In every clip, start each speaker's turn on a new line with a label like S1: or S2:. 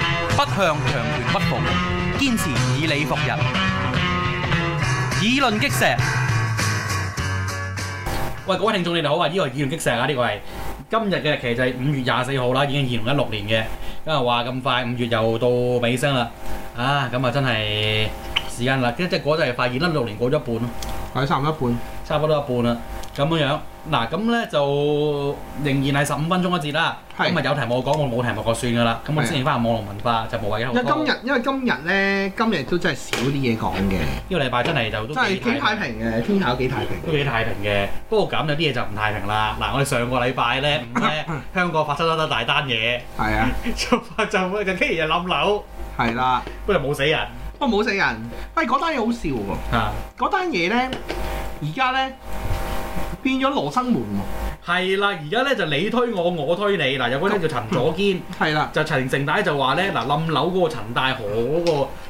S1: 向強權屈服，堅持以理服人，以論擊石。
S2: 喂，各位聽眾你哋好啊！呢個係議論擊石啊，呢個係今日嘅日期就係五月廿四號啦，已經二零一六年嘅。咁啊話咁快五月又到尾聲啦，啊咁啊真係時間啦，即係嗰陣係發現一六年過咗一半咯，
S3: 係差唔多一半。
S2: 差不多一半啦，咁樣樣。嗱咁咧就仍然係十五分鐘一節啦。
S3: 係
S2: 今日有題目我講，我冇題目我算噶啦。咁我
S3: 係
S2: 先嚟翻網絡文化就無謂一
S3: 因
S2: 路
S3: 為
S2: 拖。
S3: 今日，因為今日咧，今日都真係少啲嘢講嘅，
S2: 呢個禮拜真係就都
S3: 真係幾太平嘅，天下都幾太平。
S2: 都幾太平嘅，不過咁有啲嘢就唔太平啦。嗱，我哋上個禮拜咧，五咧 香港發生咗一大單嘢，
S3: 係啊，
S2: 就發就就竟然就冧樓，
S3: 係啦。
S2: 不過冇死人
S3: 不過冇死人。喂，嗰單嘢好笑喎。
S2: 嚇，
S3: 嗰單嘢咧，而家咧變咗羅生門喎。
S2: 係啦。而家咧就你推我，我推你。嗱，有個咧叫陳佐堅，
S3: 係啦，
S2: 就陳成大就話咧，嗱冧樓嗰個陳大河嗰、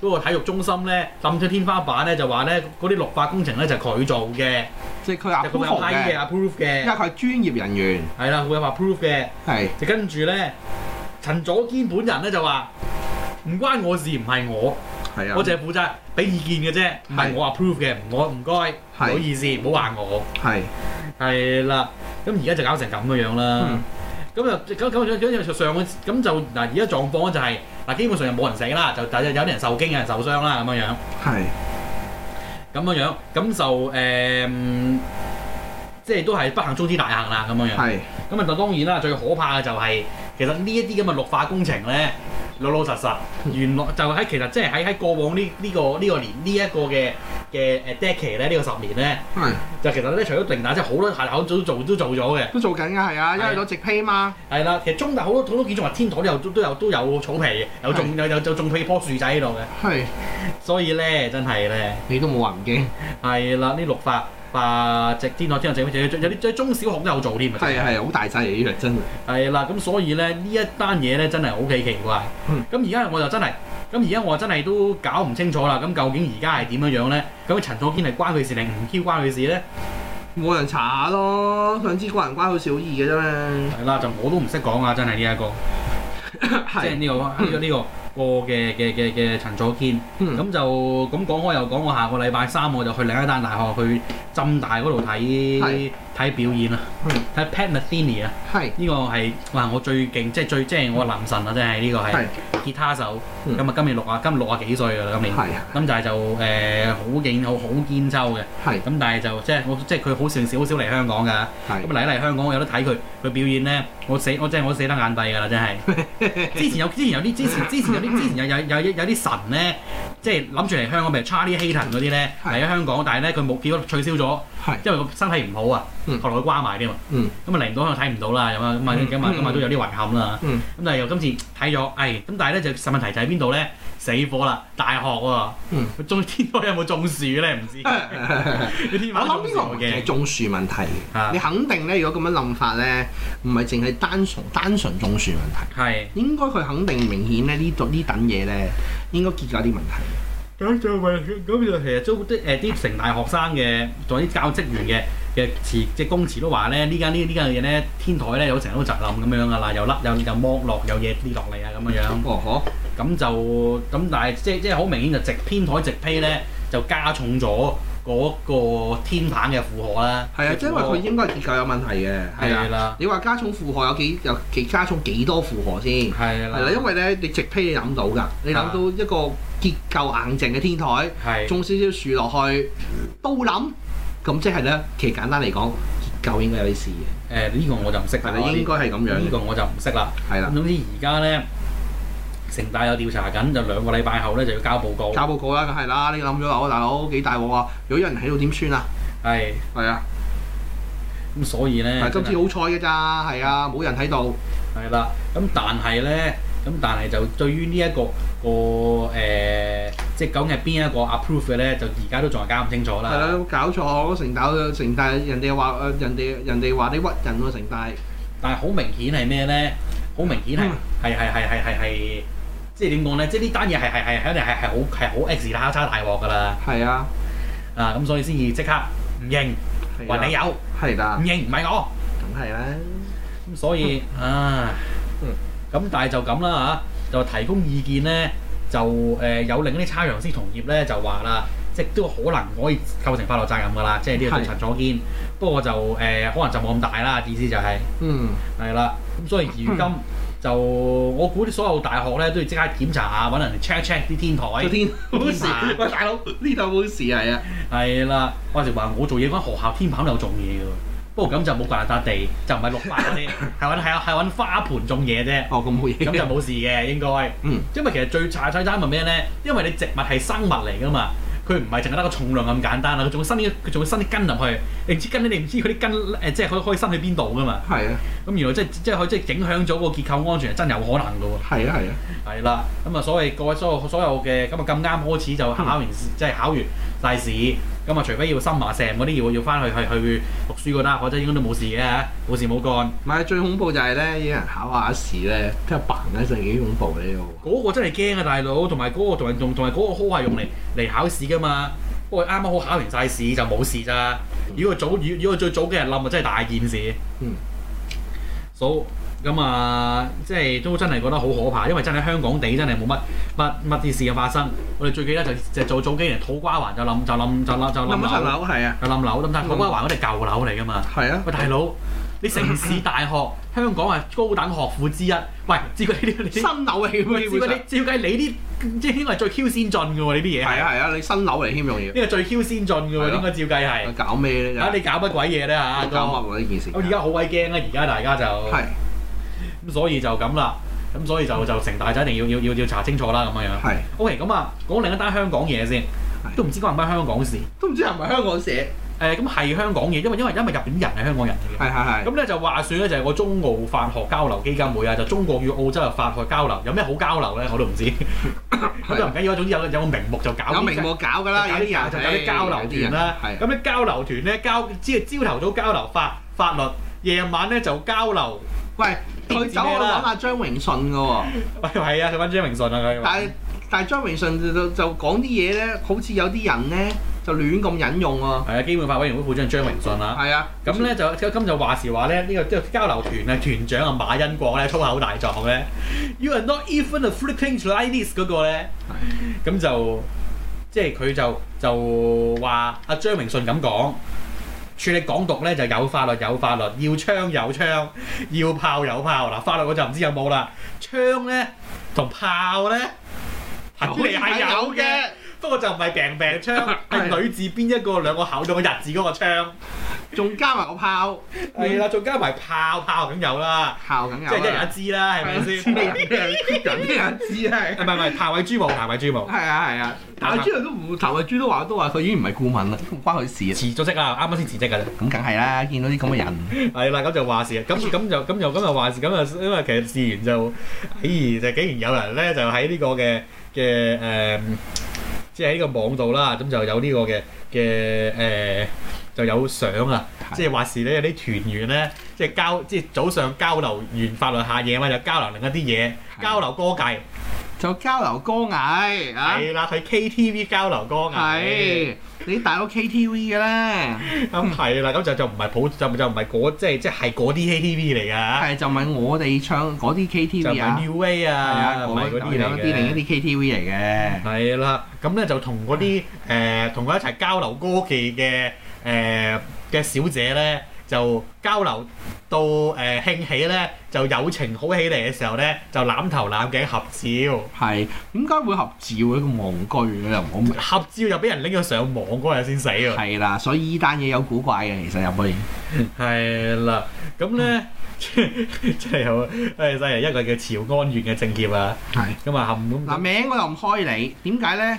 S2: 個嗰、個體育中心咧冧咗天花板咧，就話咧嗰啲綠化工程咧就係佢做嘅，
S3: 即係佢
S2: 就佢有
S3: approve
S2: 批嘅
S3: 嘅，
S2: approve 嘅，
S3: 因為佢係專業人員。
S2: 係啦，會有 approve 嘅。
S3: 係
S2: 就跟住咧，陳佐堅本人咧就話唔關我事，唔係我，
S3: 係啊
S2: 我淨係負責俾意見嘅啫，唔係
S3: 嗯係
S2: 我 approve 嘅，唔我唔該，唔好
S3: 係
S2: 意思，唔好話我，
S3: 係
S2: 係啦。咁而家就搞成咁嘅樣啦
S3: 嗯。
S2: 咁就咁咁咁就上個咁就嗱，而家狀況咧就係、嗱，基本上就冇人死啦，就但係有啲人受驚，有人受傷啦，咁樣樣，
S3: 係
S2: 咁樣樣，咁就誒、嗯即係都係不幸中之大幸啦，咁樣樣。
S3: 係
S2: 咁啊，就當然啦，最可怕嘅就係、其實呢一啲咁嘅綠化工程咧，老老實實，原來就喺其實即係喺喺過往呢呢、個呢、個年呢一、個嘅嘅誒 decade 咧，呢、個十年咧，
S3: 係
S2: 就其實咧除咗定大即係好多下口都做都做咗嘅，
S3: 都做緊㗎，係啊，因為攞直批嘛。
S2: 係啦，其實中大好多好多建築物天台都有都都有都有草皮嘅，有種有有有種屁棵樹仔喺度嘅，
S3: 係
S2: 所以咧真係咧
S3: 你都冇話唔驚。
S2: 係啦，呢綠化。化直天台天台整整有啲中小學都有做添，
S3: 係啊係啊，好大劑嚟呢樣真係。
S2: 係啦，咁所以咧呢一單嘢咧真係好幾奇怪
S3: 嗯。
S2: 咁而家我就真係，咁而家我真係都搞唔清楚啦。咁究竟而家係點樣樣咧？咁陳佐堅係關佢事定唔 Q 關佢事咧？
S3: 冇人查下咯，想知關人關好小意嘅啫 嘛。
S2: 係啦，就我都唔識講啊！真係呢一個，即係
S3: 係，
S2: 呢個呢個呢個個嘅嘅嘅嘅陳佐堅。
S3: 嗯，
S2: 咁就咁講開又講，我下個禮拜三我就去另一單大學去浸大嗰度睇
S3: 係
S2: 睇表演啊
S3: 嗯，
S2: 睇 Pat Metheny 啊。
S3: 係
S2: 呢個係哇！我最勁，即係最即係我男神啊！真係呢個係
S3: 係
S2: 吉他手，
S3: 嗯
S2: 咁啊今年六啊，今六啊幾歲㗎啦，今年。
S3: 係
S2: 咁但係就誒好勁，好好堅抽嘅。
S3: 係
S2: 咁但係就即係我即係佢好少少少嚟香港㗎。咁啊
S3: 係
S2: 嚟嚟香港，我有得睇佢佢表演咧，我死我真係我死得眼閉㗎啦，真係。 之前有之前有啲之前之前有啲之前有有有有有啲神咧，即係諗住嚟香港，譬如 Charlie Hayton 嗰啲咧
S3: 係
S2: 嚟咗香港，但係咧佢冇結果取消咗，
S3: 係
S2: 因為個身體唔好啊，
S3: 嗯
S2: 後來佢瓜埋添啊。
S3: 嗯
S2: 咁啊嚟唔到，可能睇唔到啦，咁啊咁啊
S3: 嗯
S2: 咁啊
S3: 嗯
S2: 咁啊都有啲遺憾啦。
S3: 嗯
S2: 咁但係又今次睇咗，誒咁但係咧就實問題就喺邊度咧？死火啦！大學喎，
S3: 嗯
S2: 佢中天台有冇中樹咧？唔知 啲天台中樹
S3: 我諗呢個唔係
S2: 嘅，
S3: 種樹問題，
S2: 啊
S3: 你肯定咧，如果咁樣諗法咧，唔係淨係單純單純種樹問題，
S2: 係
S3: 應該佢肯定明顯咧呢度呢等嘢咧，應該結構啲問題。
S2: 咁就咪咁就其實都啲誒啲成大學生嘅，仲有啲教職員嘅嘅詞即係公詞都話咧，呢間呢呢間嘢咧天台咧有成日都雜冧咁樣噶啦，又甩又又剝落有嘢跌落嚟啊咁樣樣。
S3: 哦
S2: 咁就咁，但係即係即係好明顯就直天台直批咧，就加重咗嗰個天棚嘅負荷啦。
S3: 呵，係啊，即係因為佢應該係結構有問題嘅，
S2: 係
S3: 係啊。
S2: 啦，
S3: 你話加重負荷有幾有幾加重幾多負荷先？
S2: 係
S3: 係啦，因
S2: 啦，
S3: 為咧你直批你諗到㗎，你諗到一個結構硬淨嘅天台。
S2: 係
S3: 種少少樹落去，都諗。咁即係咧，其實簡單嚟講，結構應該有啲事嘅，
S2: 誒呢個我就唔識
S3: 係
S2: 啦。
S3: 啦，應該係咁
S2: 呢
S3: 樣，
S2: 個我就唔識啦。
S3: 係啦
S2: 咁，總之而家咧，城大有調查緊，就兩個禮拜後咧就要交報告。
S3: 交報告啦，梗係啦，你諗咗啦，我大佬幾大鑊啊！如果有人喺度點算啊？
S2: 係啊
S3: 係啊，
S2: 咁，所以咧
S3: 但係今次好彩嘅咋，係啊，冇人喺度，
S2: 係啦。咁但係咧，咁但係就對於呢一個個誒，即係究竟係邊一個 approve 嘅咧，就而家都仲係啊搞唔清楚啦。
S3: 係啦，搞錯成大成大，人哋話誒人哋人哋話你屈人喎，成大
S2: 但係好明顯係咩咧？好明顯係
S3: 嗯
S2: 係係係係係係，即係點講咧？即係呢單嘢係係係肯定係係好係好 X 打叉大鑊㗎啦！
S3: 係啊，
S2: 啊咁所以先至即刻唔認，
S3: 係
S2: 話
S3: 啊
S2: 你有唔
S3: 係啦，
S2: 認唔係我，
S3: 梗係啦，
S2: 咁所以啊
S3: 嗯，
S2: 咁但係就咁啦啊就提供意見咧，就誒、呃有另一啲差陽師同業咧就話啦，即係都可能可以構成法律責任㗎啦，即係呢個
S3: 係
S2: 陳佐堅。不過就誒、呃可能就冇咁大啦，意思就係、
S3: 嗯，
S2: 係啦，咁所以如今就我估啲所有大學咧都要即刻檢查下，揾人嚟 check check 啲天台。
S3: 個天哎冇事
S2: 嘛，
S3: 喂大佬呢度冇事係啊，
S2: 係啦，我就話我做嘢嗰間學校天棚都有種嘢嘅喎，不過咁就冇慣笪地，就唔係綠化嗰啲，係揾係係揾花盆種嘢 啫，
S3: 哦咁冇嘢，
S2: 咁就冇事嘅應該。
S3: 嗯
S2: 因為其實最查最慘係咩咧？因為你植物係生物嚟㗎嘛，佢唔係淨係得個重量咁簡單啊啦，佢仲會伸啲佢仲會伸啲根入啊去，你唔知根你唔知佢啲根誒，即係佢可以伸去邊度㗎嘛？
S3: 係啊
S2: 咁原來即係即係佢即係影響咗個結構安全係真有可能㗎喎。
S3: 係啊係啊，
S2: 係啦，咁啊，所謂各位所有所有嘅咁啊咁啱開始就考完試，即係考完大試，咁啊，除非要深麻成嗰啲要要翻去去去讀書嗰單，否則應該都冇事嘅嚇，冇事冇幹。
S3: 唔係最恐怖就係咧，有人考下試咧，聽下嘭一聲幾恐怖呢個。
S2: 嗰、個真係驚啊，大佬，同埋嗰個同埋同同埋嗰個科係用嚟嚟考試噶嘛。不過啱啱好考完晒試就冇事咋。如果早如如果最早嘅人冧啊，真係大件事。
S3: 嗯。
S2: So 咁啊，即係都真係覺得好可怕，因為真係香港地真係冇乜乜乜啲事嘅發生。我哋最記得就就早早幾年土瓜灣就冧就冧就冧就冧
S3: 冧咗層
S2: 樓，
S3: 樓係啊，
S2: 就冧樓。咁但係土瓜灣嗰啲係舊樓嚟噶嘛。
S3: 係啊，
S2: 喂，大佬，你城市大學，香港係高等學府之一。喂，知佢呢啲呢啲
S3: 新樓嚟嘅喎，
S2: 喂，
S3: 基
S2: 照計
S3: 本上
S2: 你照計你啲即係應該係最 Q 先進嘅喎，你啲嘢
S3: 係啊係啊，你新樓嚟添用嘢，
S2: 呢個最 Q 先進嘅
S3: 係
S2: 喎，
S3: 咯
S2: 應該照計係。
S3: 搞咩咧？
S2: 啊！
S3: 真
S2: 你搞乜鬼嘢咧嚇？
S3: 係
S2: 哥
S3: 搞乜喎呢件事？
S2: 咁而家好鬼驚啊啦！而家大家就
S3: 係
S2: 咁，所以就咁啦。咁所以就就成大仔一定要要要要查清楚啦咁樣樣。
S3: 係
S2: OK，咁啊，講另一單香港嘢先，
S3: 係
S2: 都唔知關唔關香港事。
S3: 都唔知係咪香港寫？
S2: 誒，咁係香港嘢，因為因為因為日本人係香港人嚟嘅。
S3: 係係係，
S2: 咁咧就話説咧，就係個中澳法學交流基金會啊，就中國與澳洲嘅法學交流，有咩好交流咧？我都唔 知，咁就唔緊要啦。總之有個有個名目就搞啲
S3: 有名目搞㗎啦，有
S2: 有
S3: 啲
S2: 啲
S3: 人
S2: 人就有啲交流團啦。
S3: 係
S2: 咁咧交流團咧交朝朝頭早交流法法律，夜晚咧就交流。
S3: 喂，佢走去揾阿張榮順㗎喎。
S2: 喂，係啊，佢揾張明信啊，佢話。
S3: 但係但係張榮順就就講啲嘢咧，好似有啲人咧就亂咁引用喎。
S2: 係啊，基本法委員會副主任張明信啊。
S3: 係啊，
S2: 咁咧就咁就話時話咧，呢、個即係交流團啊，團長啊馬恩國咧粗口大狀咧，You are not even a freaking Chinese 嗰個咧，咁就即係佢就就話阿張明信咁講，處理港獨咧就有法律有法律，要槍有槍，要炮有炮嗱，法律我就唔知有冇啦，槍咧同炮咧肯定係有嘅。不過就唔係病病槍， 係女字邊一個兩個口兩個日字嗰個槍。
S3: 仲加埋個炮，
S2: 係啦，仲加埋炮炮咁有啦，
S3: 炮梗
S2: 即
S3: 有
S2: 係一人
S3: 啦，
S2: 一支啦，係咪先？
S3: 係啊人一人知
S2: 唔係
S3: 係。
S2: 唔係，頭位珠毛，頭位珠毛，
S3: 係啊係啊，但係朱都唔頭啊，朱都話都話佢已經唔係顧問啦，唔關佢事啊。
S2: 辭咗職啊，啱啱先辭職㗎啫。
S3: 咁梗係啦，見到啲咁嘅人，
S2: 係啦，咁就話事，啊咁咁就咁就咁就話事，咁啊，因為其實事緣就，咦，就竟然有人咧就喺呢個嘅嘅誒，即係喺呢個網度啦，咁就有呢個嘅嘅誒，就有相啊，
S3: 係
S2: 即係話事咧，有啲團員咧，即係交即係早上交流完法律下夜晚就交流另一啲嘢，
S3: 係
S2: 交流歌技，
S3: 就交流歌藝啊，
S2: 係啦，去 KTV 交流啊歌藝。
S3: 係你大佬 KTV 嘅咧，
S2: 哎咁係啦，咁就就唔係普就就唔係嗰即係即係嗰啲 KTV 嚟㗎，
S3: 係就唔係我哋唱嗰啲
S2: 就唔
S3: KTV 啊
S2: 係，New Way
S3: 係
S2: 啊，唔係嗰
S3: 嗰
S2: 啲
S3: 有
S2: 嚟
S3: 一啲另
S2: 嘅。
S3: 一啲 KTV 嚟嘅。
S2: 係啦，咁咧就同嗰啲
S3: 嗯
S2: 誒同佢一齊交流歌技嘅誒嘅小姐咧，就交流到誒、呃、興起咧，就友情好起嚟嘅時候咧，就攬頭攬頸合照，
S3: 係點解會合照嘅咁戇居嘅又唔好明。
S2: 合照又俾人拎咗上網嗰日先死喎。
S3: 係啦，所以呢單嘢有古怪嘅，其實入去
S2: 係啦，咁 咧真係好，誒真係一個叫潮安縣嘅政協啊，
S3: 係
S2: 咁啊冚咁
S3: 嗱名我又唔開你，點解咧？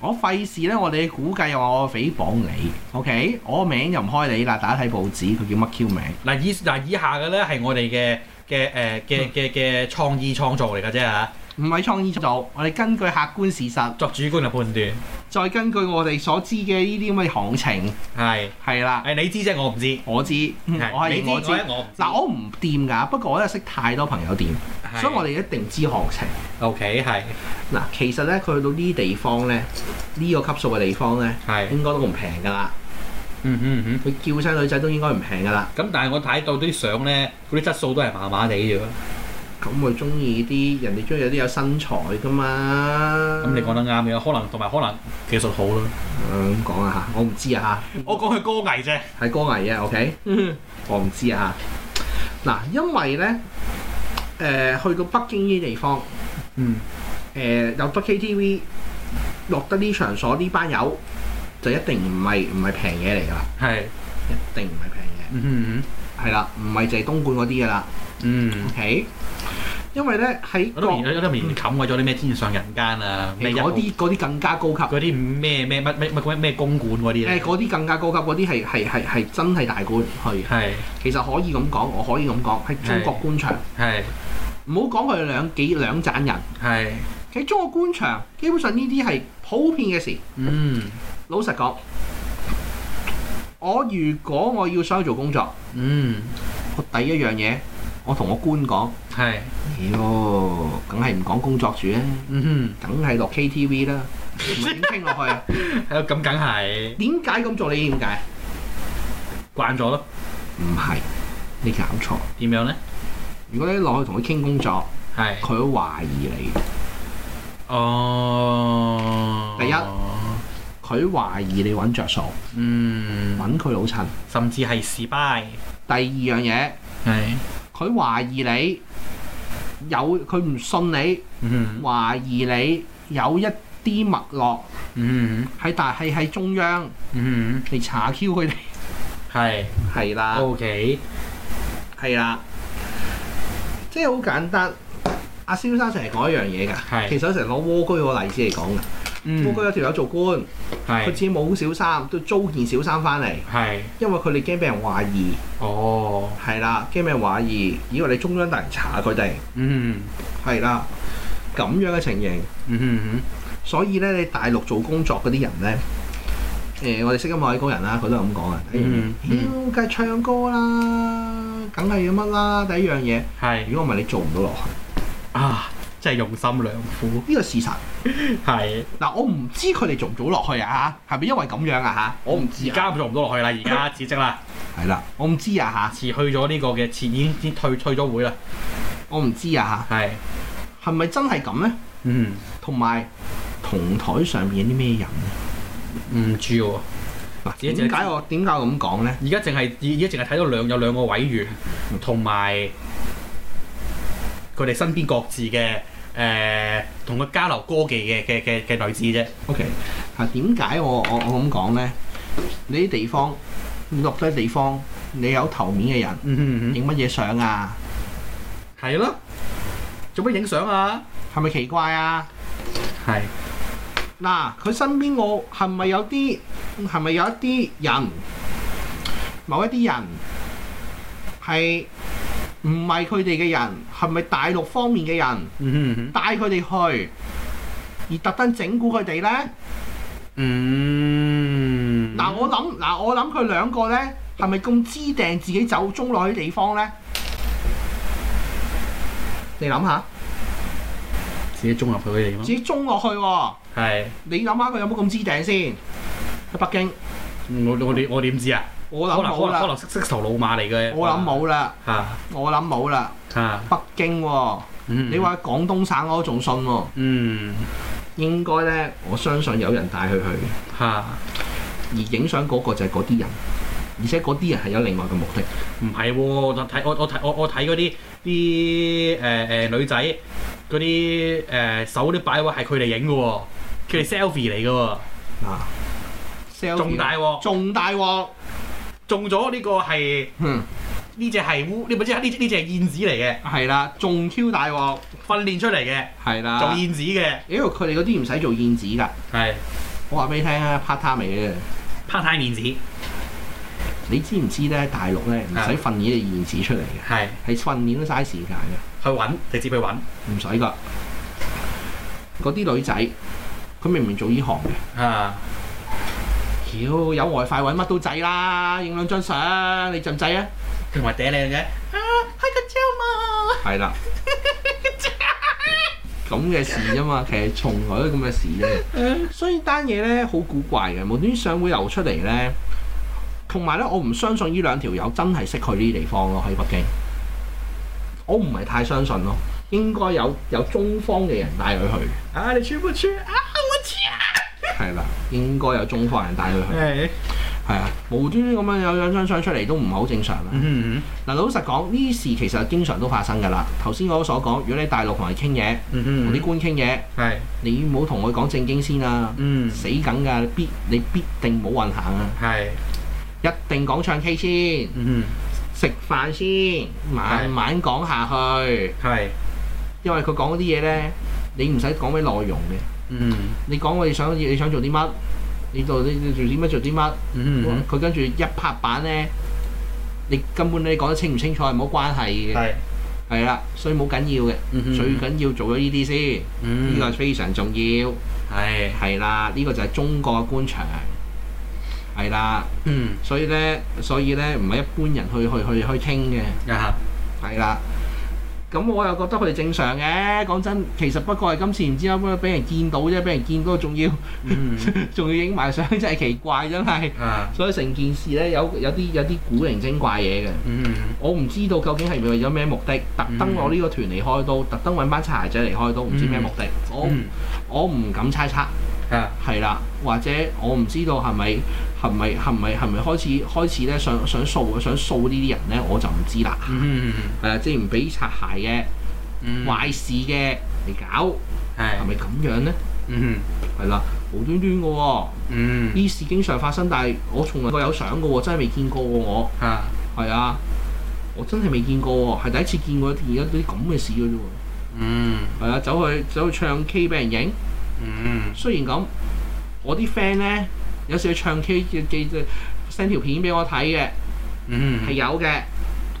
S3: 我費事咧，我哋估計又話我誹謗你，OK？我名又唔開你啦，大家睇報紙，佢叫乜 Q 名？
S2: 嗱以嗱以下嘅咧係我哋嘅嘅誒嘅嘅嘅創意創造嚟嘅啫嚇，
S3: 唔係創意做，我哋根據客觀事實，
S2: 作主觀嘅判斷
S3: 再根據我哋所知嘅呢啲咁嘅行情，
S2: 係
S3: 係啦，
S2: 係你知啫，我唔知，
S3: 我知，嗯我
S2: 係
S3: 係
S2: 你
S3: 認我知。
S2: 我唔知
S3: 嗱，，我唔掂㗎，不過我真係識太多朋友掂，所以我
S2: 哋
S3: 哋一定知行情。
S2: OK 係
S3: 嗱，其實咧，佢去到呢啲地方咧，呢、個級數嘅地方咧，
S2: 係
S3: 應該都唔平㗎啦。
S2: 嗯嗯嗯。
S3: 佢叫聲女仔都應該唔平㗎啦。
S2: 咁但係我睇到啲相咧，嗰啲質素都係麻麻地嘅喎，
S3: 咁佢中意啲人哋中意有啲有身材噶嘛。
S2: 咁你講得啱嘅，可能同埋可能技術好咯。
S3: 誒咁講啊嚇，我唔知啊
S2: 我講佢歌藝啫，
S3: 嚇，係歌藝啊，OK，我
S2: 嗯
S3: 唔知啊嚇。嗱，因為咧誒、去到北京呢啲地方，誒、
S2: 嗯，
S3: 有北 KTV 落得呢場所呢班友就一定唔係唔係平嘢嚟㗎啦，
S2: 係，
S3: 一定唔係平
S2: Ừ,
S3: 嘢。
S2: 嗯
S3: 係啦，唔係就係東莞嗰啲㗎啦
S2: 哼嗯，
S3: ，OK。因為咧喺
S2: 我都
S3: 國
S2: 唔，我都唔冚鬼咗啲咩天上人間啊，咩一號
S3: 嗰啲嗰啲更加高級，誒
S2: 嗰啲咩咩乜乜乜咩公館嗰啲咧，
S3: 嗰啲更加高級，嗰啲係係係係真係大官去。
S2: 係
S3: 其實可以咁講，我可以咁講，喺中國官場，
S2: 係
S3: 唔好講佢兩幾兩盞人。
S2: 係，
S3: 喺中國官場，基本上呢啲係普遍嘅事。
S2: 嗯
S3: 老實講，我如果我要想去做工作，
S2: 嗯
S3: 我第一樣嘢，我同我官講，
S2: 係，
S3: 妖，梗係唔講工作住啊咧。
S2: 嗯
S3: 梗係落 KTV 啦，唔係點傾落去啊？
S2: 哼，係咯，咁梗係
S3: 點解咁做？你知點解？
S2: 慣咗咯，
S3: 唔係，你搞錯。
S2: 點樣咧？
S3: 如果你落去同佢傾工作，
S2: 係，
S3: 佢會懷疑你，
S2: Ờ. 哦，
S3: 第一佢懷疑你揾着數，
S2: Ừ. 嗯，
S3: 揾佢老襯。
S2: 甚至係士拜，
S3: 第二樣嘢，
S2: 係，
S3: 佢懷疑你有，佢唔信你，
S2: 嗯
S3: 懷疑你有一啲脈絡
S2: 嗯
S3: 喺大係喺中央，
S2: 嗯，
S3: 你查 Q 佢哋。
S2: 係
S3: 係啦。
S2: ，OK，
S3: 係啦，即係好簡單。阿蕭生成日講一樣嘢
S2: 係
S3: 㗎，其實我成日攞蝸居個例子嚟講㗎。蝸
S2: 嗯
S3: 居，有條友做官，佢
S2: 係
S3: 自己冇小衫，都租件小衫翻嚟，
S2: 係，
S3: 因為佢哋驚俾人懷疑，
S2: 哦，
S3: 係啦，驚俾人懷疑，以為你中央大人查佢哋，
S2: 嗯
S3: 係啦，咁樣嘅情形。
S2: 嗯
S3: 所以咧，你大陸做工作嗰啲人咧，誒、我哋識音樂嘅工人啦，佢都係咁講嘅。啊哎第一樣
S2: 嗯
S3: 嘢妖梗係唱歌啦，梗係要乜啦。第一樣嘢，
S2: 哼，係
S3: 如果唔係你做唔到落去。
S2: 啊，真係用心良 苦，
S3: 呢個事實。
S2: 係。
S3: 嗱，我唔知佢哋做唔做落去啊嚇，係咪因為咁樣啊嚇？我唔
S2: 而家做唔到落去啦，而家辭職啦，
S3: 係啦，我唔知啊嚇，
S2: 辭去咗呢個嘅辭已經已經退退咗會啦，
S3: 我唔知啊
S2: 係，
S3: 嚇，係咪真係咁呢？
S2: 嗯，
S3: 同埋同台上面有啲咩人呢？
S2: 唔知喎，
S3: 嗱，
S2: 自己
S3: 點解我點解我咁講呢？
S2: 而家淨係而而家淨係睇到兩有兩個委員同埋佢哋身邊各自嘅誒同佢交流歌技嘅嘅嘅嘅女子啫，
S3: OK，啊點解我我我咁講呢？你啲地方落低地方，你有頭面嘅人
S2: 嗯
S3: 影乜嘢相啊？
S2: 係咯，做乜影相啊？
S3: 係咪奇怪啊？
S2: 係，
S3: 嗱，佢身邊我係咪有啲係咪有一啲人，某一啲人係唔係佢哋嘅人？係咪大陸方面嘅人
S2: 嗯
S3: 帶佢哋去，而特登整蠱佢哋呢？
S2: 嗯，
S3: 嗱、我諗嗱，我諗佢兩個呢係咪咁知定自己走中落去地方呢？你諗下，
S2: 自己中入去佢哋
S3: 自
S2: 咯，
S3: 己中落去喎、
S2: 係，
S3: 你諗下佢有冇咁知定先？喺北京，
S2: 我我點我點知啊？
S3: 我
S2: 可
S3: 諗
S2: 能
S3: 冇
S2: 可能可
S3: 啦，
S2: 能識識頭老馬嚟嘅，
S3: 我諗冇啦。
S2: 嚇
S3: 我諗冇啦，
S2: 嚇，
S3: 北京喎、
S2: 嗯
S3: 你話廣東省我都仲信喎、
S2: 嗯
S3: 應該呢，我相信有人帶佢去嘅，
S2: 嚇，
S3: 而影相嗰個就係嗰啲人，而且嗰啲人係有另外嘅目的。
S2: 唔係喎，我睇我我睇我我睇嗰啲啲誒誒女仔嗰啲誒手啲擺位係佢哋影嘅喎，佢哋 selfie 嚟嘅喎，
S3: 啊 s e
S2: 仲大喎，
S3: 仲大鑊，
S2: 中咗呢個係
S3: 嗯，
S2: 呢只係烏，你咪知呢隻呢隻係燕子嚟嘅，
S3: 係啦，仲 Q 大鑊，
S2: 訓練出嚟嘅
S3: 係啦。
S2: 做燕子嘅，
S3: 因為佢哋嗰啲唔使做燕子㗎，
S2: 係
S3: 我話俾你聽啊，part time 嚟嘅。
S2: 拍太面子，
S3: 你知唔知呢？大陸呢，唔使訓練啲燕子出嚟嘅，
S2: 係
S3: 係訓練都嘥時間嘅，
S2: 去揾直接去揾，
S3: 唔使㗎。嗰啲女仔，佢明明做呢行嘅。
S2: 啊
S3: 屌，有外快揾乜都制啦，影兩張相，你制唔制啊？
S2: 同埋嗲靚嘅，啊係個椒嘛，
S3: 係啦，咁嘅事啫嘛，其實從來都咁嘅事啫。所以單嘢咧好古怪嘅，無端端相會流出嚟咧，同埋咧我唔相信呢兩條友真係識去呢啲地方咯，喺北京，我唔係太相信咯。應該有有中方嘅人帶佢去，
S4: 啊，你去不去啊？我去啊！
S3: 係啦，應該有中方人帶佢去，
S4: 係
S3: 係啊，無端端咁樣有兩張相出嚟都唔係好正常啦。啊
S2: 嗯哼
S3: 嗱，老實講，呢事其實經常都發生㗎啦。頭先我都所講，如果你大陸同人傾嘢，
S2: 嗯
S3: 同
S2: 哼
S3: 啲官傾嘢，
S2: 係
S3: 你唔好同佢講正經先啊，
S2: 嗯
S3: 死梗㗎，必你必定冇運行啊，
S2: 係
S3: 一定講唱 K 先，
S2: 嗯
S3: 食飯先，慢慢講下去，
S2: 哼係
S3: 因為佢講嗰啲嘢呢，你唔使講咩內容嘅，
S2: 嗯
S3: 你講你想你想做啲乜，你做你你做啲乜做啲乜，
S2: 嗯哼
S3: 佢跟住一拍板呢，你根本你講得清唔清楚係冇關係嘅。
S2: 係
S3: 係啦，所以冇緊要嘅，
S2: 嗯哼
S3: 最緊要做咗呢啲先，呢、
S2: 嗯
S3: 個非常重要。
S2: 係
S3: 係啦，呢、個就係中國嘅官場，係啦，
S2: 嗯
S3: 所以呢，所以呢，唔係一般人去去去去傾嘅，
S2: 啊
S3: 係啦。咁我又覺得佢哋正常嘅，講真，其實不過係今次唔知有冇俾人見到啫，俾人見到仲要
S2: 嗯
S3: 仲要影埋相，真係奇怪，真係。
S2: 啊
S3: 所以成件事呢，有有啲有啲古靈精怪嘢嘅。
S2: 嗯
S3: 我唔知道究竟係為咗咩目的，特登攞呢個團嚟開刀，特登揾班擦鞋仔嚟開刀，唔知咩目的。我
S2: 嗯
S3: 我唔敢猜測，
S2: 啊
S3: 係啦，或者我唔知道係咪係咪係咪係咪開始開始咧想想掃想掃呢啲人咧，我就唔知
S2: Ừ,
S3: 啦。
S2: 嗯
S3: 係啦，即係唔俾擦鞋嘅
S2: 嗯
S3: 壞事嘅嚟搞，係
S2: 係
S3: 咪咁樣咧？
S2: 嗯
S3: 係啦，無端端嘅喎，
S2: 嗯
S3: 呢事經常發生，但係我從來個有相嘅喎，真係未見過喎我。
S2: 啊
S3: 係啊，我真係未見過喎，係第一次見過而家啲咁嘅事嘅啫喎。
S2: 嗯
S3: 係啊，走去走去唱 K 俾人影，
S2: 嗯
S3: 雖然咁，我啲 friend 咧有時去唱 K 嘅記 send 條片俾我睇嘅，
S2: 嗯
S3: 係有嘅，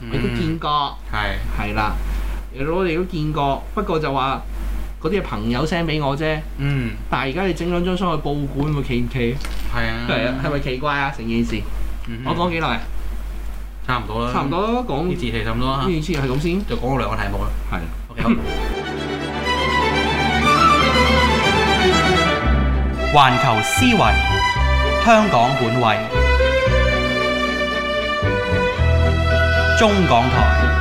S2: Ừ.
S3: 我都見過，
S2: 係
S3: 係啦，我哋都見過，不過就話嗰啲係朋友 send 俾我啫。
S2: 嗯
S3: 但係而家你整兩張相去報館會奇唔奇？
S2: 係啊
S3: 係啊，係咪奇怪啊？成件事，
S2: Ừ.
S3: 我講幾耐啊？
S2: 差唔多啦，
S3: 差唔多咯講
S2: 嗯呢
S3: 呢
S2: 節氣差唔多啦，
S3: 件事係咁先，
S2: 就講咗兩個題目啦。
S3: 係。
S2: OK，好。
S1: 環球思維，香港本位，中港台。